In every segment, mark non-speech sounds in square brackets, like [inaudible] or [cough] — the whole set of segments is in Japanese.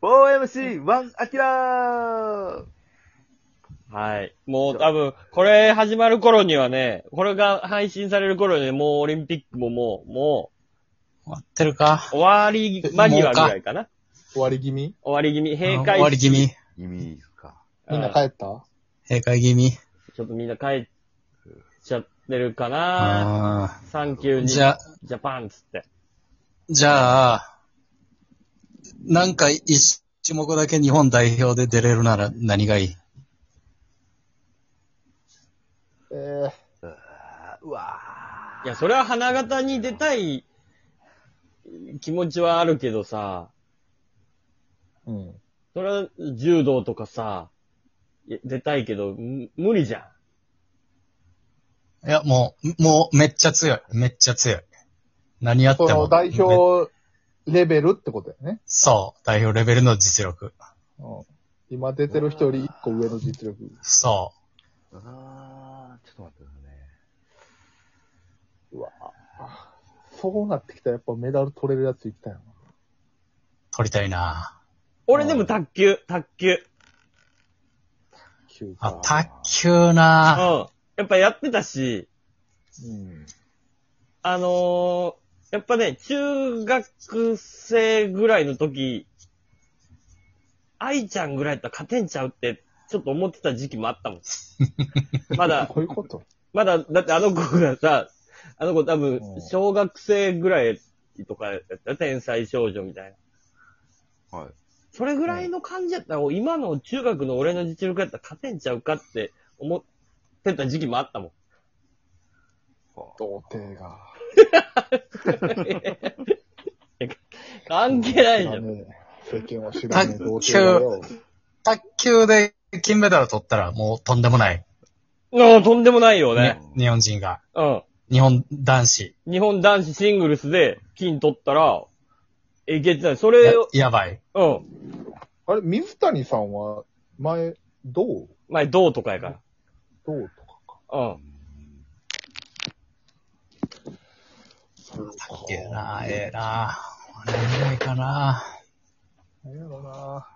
OMC1 アキラーはい。もう多分、これ始まる頃にはね、これが配信される頃にはもうオリンピックももう、も終わってるかう、終わり間際ぐらいかな。終わり気味終わり気味、閉あ会終わり気味。意味ですか。みんあな帰った閉会気味。ちょっとみんな帰っちゃってるかな。あサンキューあ。に、じジャゃ、パンっつって。じゃあ、なんか一種目だけ日本代表で出れるなら何がいいえー、うわいや、それは花形に出たい気持ちはあるけどさ、うん。それは柔道とかさ、いや出たいけど、む無理じゃん。いや、もう、もうめっちゃ強い。めっちゃ強い。何やってそも。の代め表レベルってことだよね。そう。代表レベルの実力。うん。今出てる人より一個上の実力。そぁ。あーちょっと待ってくださいね。うわそうなってきたらやっぱメダル取れるやついきたいな。う。取りたいな俺でも卓球、卓球。 9あか。、卓球うなん。やっぱやってたし、うん。あのー、やっぱね、中学生ぐらいの時、愛ちゃんぐらいだったら勝てんちゃうって、ちょっと思ってた時期もあったもん。まだこ、ういうことまだ、だってあの子がさ、あの子多分う、ん小学生ぐらいとかやったよ天才少女みたいな。はい。それぐらいの感じやったら、今の中学の俺の実力やったら勝てんちゃうかって思ってた時期もあったもん。童貞が。 [laughs] 関係ないじゃん。ね世間は知らねえ卓童球貞だよ。卓球で金メダル取ったらもうとんでもない。ああ、とんでもないよね。日本人が。うん。日本男子。日本男子シングルスで金取ったら、えげつない。それを、ややばい。うん。あれ、水谷さんは、前、どう前、銅とかやかどうとかか。ら。うん。そうか。ええなええな何がいいかななんやろな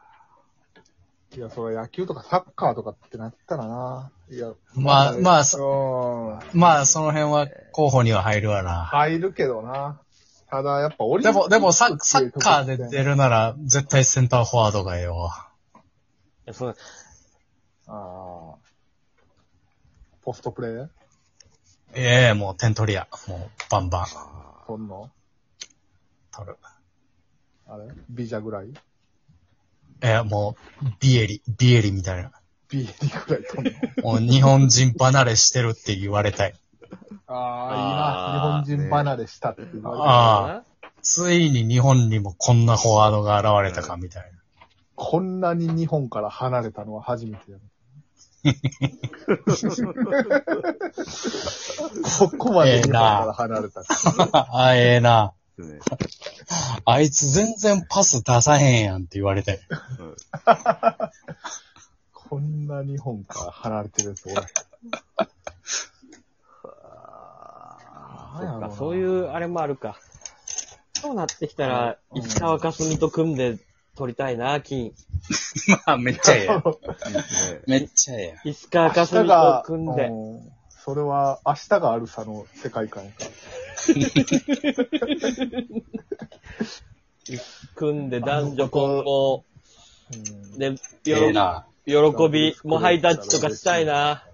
いや、それ野球とかサッカーとかってなったらないや、まあまあそうん。まあ、その辺は候補には入るわな。入るけどな。ただ、やっぱオリでンピッも、クでもサッ、サッカーでって出るなら、絶対センターフォワードがよ。いやそのああ。ポストプレーええもう点取りや。もう、バンバン、そんの取る。あれビジャぐらいええもう、ビエリ、ビエリみたいな。ビーリぐらいとんのもう、日本人離れしてるって言われたい。ああ、あーいいな。日本人離れしたって言われてるあついに日本にもこんなフォワードが現れたか、みたいな。こんなに日本から離れたのは初めて [laughs] やる。ここまで日本から離れた。あ、ええなそうね。あいつ全然パス出さへんやんって言われたい。うんこんな日本から離れてるやつおらへんあなそうんやろなか、そういう、あれもあるか。そうなってきたら、石川佳純と組んで取りたいな、金。 [laughs] まあ、めっちゃええやん。ねめっちゃええやん。石川佳明純日とが、組んで。うんそれは明日があるさの世界観やから組んで男女混合うんで、よええなろ喜び、もうハイタッチとかしたいな。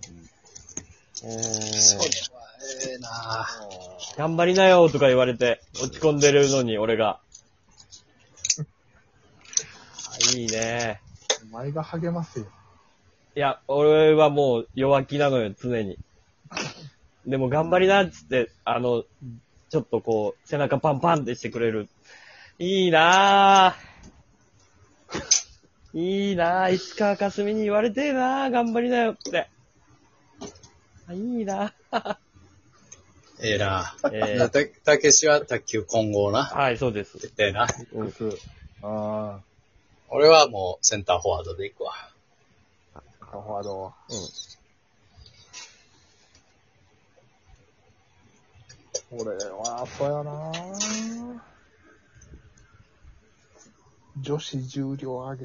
うんええな頑張りなよとか言われて、落ち込んでるのに、俺が。あいいね。お前が励ますよ。いや、俺はもう弱気なのよ、常に。でも頑張りなっつって、あの、ちょっとこう、背中パンパンってしてくれる。いいなぁ。いいなぁ。石川かすみに言われてえなぁ。頑張りなよって。あいいなぁ。ええなえたー、たけしは卓球混合な。はい、そうです。絶対な。うす。あ俺はもうセンターフォワードで行くわ。あ、フォワード。うん。俺は、そうやな女子重量上げ。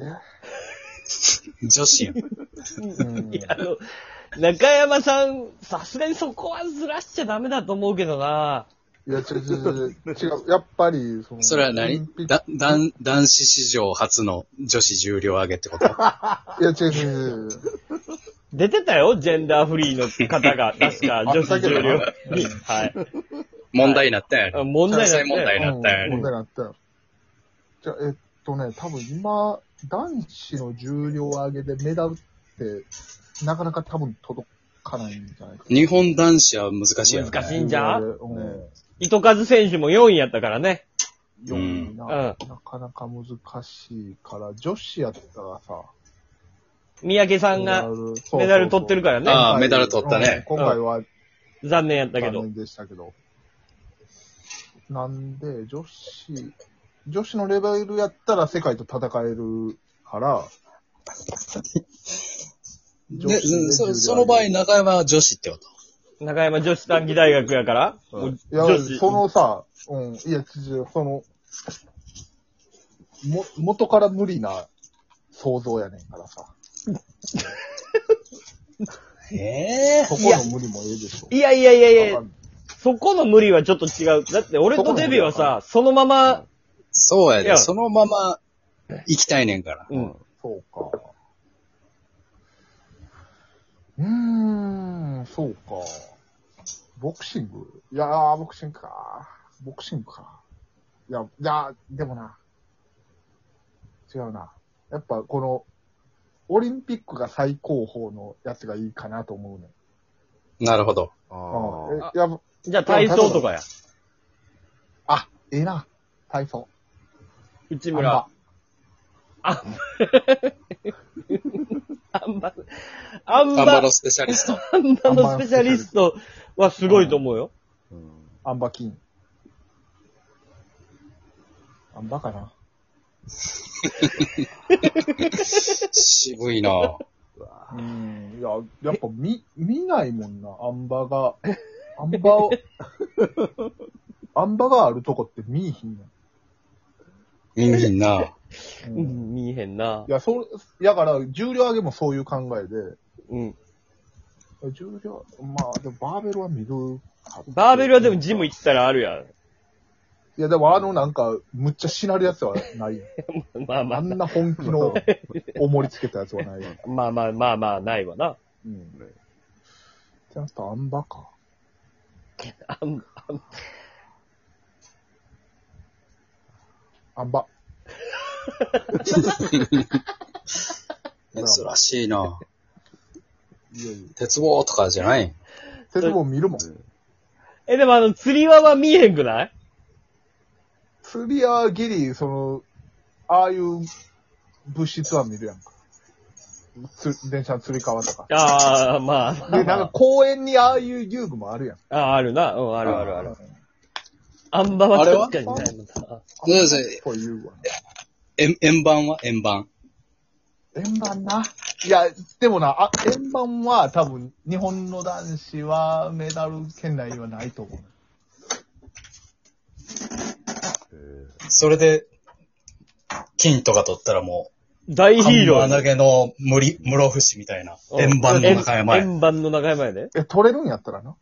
女子やん。うん。いや、あの、中山さん、さすがにそこはずらしちゃダメだと思うけどな。いや、違う違う違う。違う。やっぱり、そ [laughs] の、それはオ何リンピックだ、男、男子史上初の女子重量上げってこといや、違う違う違う。出てたよ、ジェンダーフリーの方 [laughs] が、確か、女子重量に。はい。問題になったんやろ。問題関な西ん問題で。なったんやうんろ問題。になったよ。じゃあ、えっとね、多分今、男子の重量上げでメダルって、なかなか多分届かないんじゃないかな。日本男子は難しいやろ。難しいんじゃんうん。糸数選手も4位やったからね。 4位な、うなかなか難しいから、女子やったらさ、三宅さんがルメダル取ってるかららあね。あメダル取ったね今回は残念やったけ残ど。念でしたけど。なんで、女子、女子のレベルやったら世界と戦える [laughs] から、で、女子のレベルうんでそその場合、中山は女子ってこと。中山女子短期大学やから。もういや女、子そのさ、うん、いや、違うその、も、元から無理な想像やねんからさ、ええそこの無理もええでしょ。いやいやいやいやわか、んそこの無理はちょっと違う。だって俺とデビはさ、そのまま、そうやいやで。そのまま行きたいねんから。うん。そうか。うーん、そうか。ボクシングいやー、ボクシングか。ボクシングか。いや、いやー、でもな。違うな。やっぱこの、オリンピックが最高峰のやつがいいかなと思うね。なるほど。あうん。ーえ、やっぱじゃあ体操とかや。あ、ええな。体操。内あん村ま。あんば、あん頑張ばろ、うスペシャリ [laughs] スト。あんばのスペシャリストはすごいと思うよ。うん。あんば金。あんばかな。渋いなうん。いや、やっぱ見、見ないもんな、アンバが。アンバ [laughs] を、アンバがあるとこって見いひんみんひん [laughs] なやん。ううん、ん、見えへんな。いや、そう、やから、重量上げもそういう考えで、うん。重量、まあ、でもバーベルは見るかバーベルはでもジム行ったらあるやいや、でもあのなんか、むっちゃしなるやつはない。ん。まあ [laughs] まああ、んまな本気 [laughs] の重りつけたやつはない。あまあまあまあ、ないわな。うん。ちゃんとあんばか。あんあんば。珍しいないやいや。鉄棒とかじゃない鉄棒見るもん。え、でもあの、釣り輪は見えへんくない釣りはギリ、その、ああいう物質は見るやんか。つ電車の釣り革とか。ああ、まあ、まで、あなんか公園にああいう遊具もあるやん。あー、あるな。うん、あるあるある。うん。あんばは確かにないな。そうですね。こういう遊具はね。円円盤は円盤。円盤な。いや、でもな、あ、円盤は多分、日本の男子はメダル圏内にはないと思う。それで、金とか取ったらも大う、ヒーローハンマ投。げの森、室伏みたいな。うん円盤の中山や。円盤の中山やで。え、取れるんやったらな。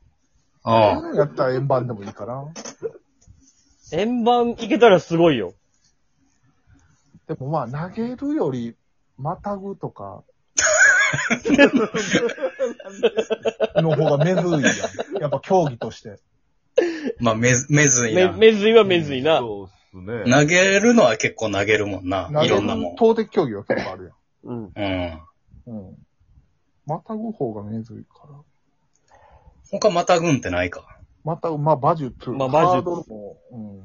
取うれるんやったら円盤でもいいかな。円盤いけたらすごいよ。でもまあ、投げるより、またぐ [laughs] とか、の方が目ずいやん。やっぱ競技として。ん。まあ、めず、めずいめ、な。めずいはめずいな。そうっすね。投げるのは結構投げるもんな投。いげろるんなもん。投擲競技は結構あるうん。うん。やん。うん。またぐ方が目ずいから。他またぐんってないか。またぐ、まあ、馬術。まあ馬術ハードルも、うん。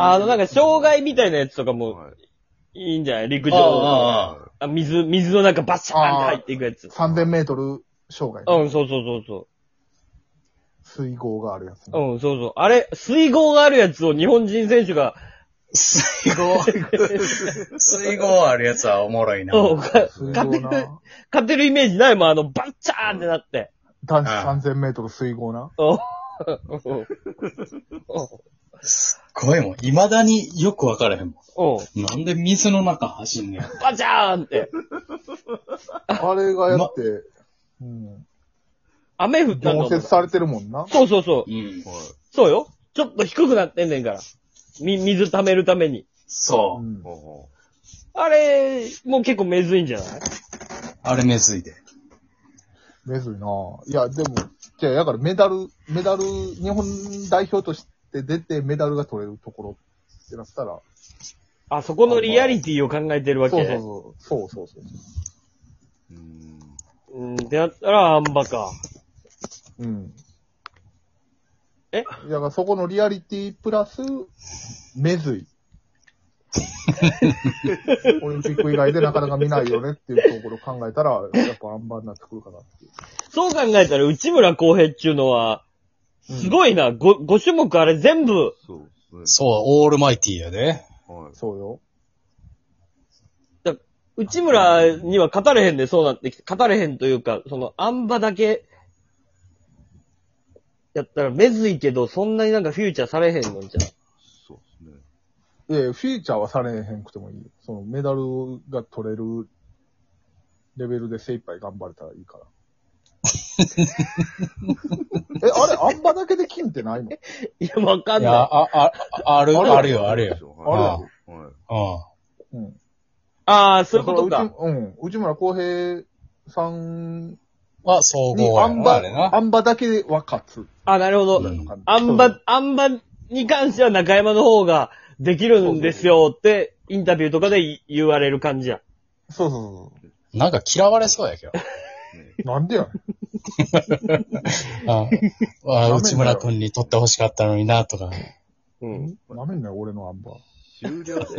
あの、なんか、障害みたいなやつとかもはいいいんじゃない陸あ上の。あ、ああ。あ、水、水の中バシャーンって入っていくやつ。 3000メートル障害、うん、そうそうそうそ水濠があるやつ、う。うん、そうそう。あれ、水濠があるやつを日本人選手が、水濠。水濠あるやつはおもろいな。うん、か水勝て濠る、な。勝てるイメージないもん、あの、バッチャーンってなって。 [laughs] 男子3000メートル水濠な。うん。うんすっごいもん。未だによくわからへんもうん。ん。なんで水の中走んねん。バチャーンって。あれがやって、うん。雨降ったんだも溶ん接されてるもんな。そうそうそう。うはん。い。そうよ。ちょっと低くなってんねんから。み、水溜めるために。うそう。んほうほあれ、もう結構めずいんじゃないあれ目ついて。めずいなぁ。いや、でも、じゃあ、だからメダル、メダル、日本代表として出てメダルが取れるところってなったら、あ、そこのリアリティを考えてるわけ。そうそうそう。そうそうううーん。うん、ってなったら、あんばか。そう。うん。えだからそこのリアリティプラス、め [laughs] ずい。オリンピック以外でなかなか見ないよねっていうところを考えたら、やっぱあんばになってくるかなっていう。そう考えたら、内村航平っていうのは、すごいな、5、5種目あれ全部、そうですそう、オールマイティーやで。ね。はい。そうよ。内村には勝たれへんで、そうなってきて、勝たれへんというか、その、あんばだけ、やったら、めずいけど、そんなになんかフューチャーされへんのんじゃそうん。ですね。いやいやフィーチャーはされへんくてもいいよ。そのメダルが取れるレベルで精一杯頑張れたらいい [laughs] から。え、あれ、あん馬だけで金ってないのいや、わかんいや、ない。あ、あ、あある、あるあるよ、あるよ。はあるい。はい。ううん。ああ、そういうことかだ。ら内うん。内村航平さんん。は、総に合やあんな、馬、あれなあ。ん馬だけでは勝つ。あ、なるほうど。んあんば、あんばに関しては中山の方ができるんですよって、インタビューとかでい言われる感じや。そうそうそなんか嫌われそうやけど。う。なんでやねん。ああよ内村君に取って欲しかったのにな、とか。うん。なめんなよ、俺のあん馬。終了です。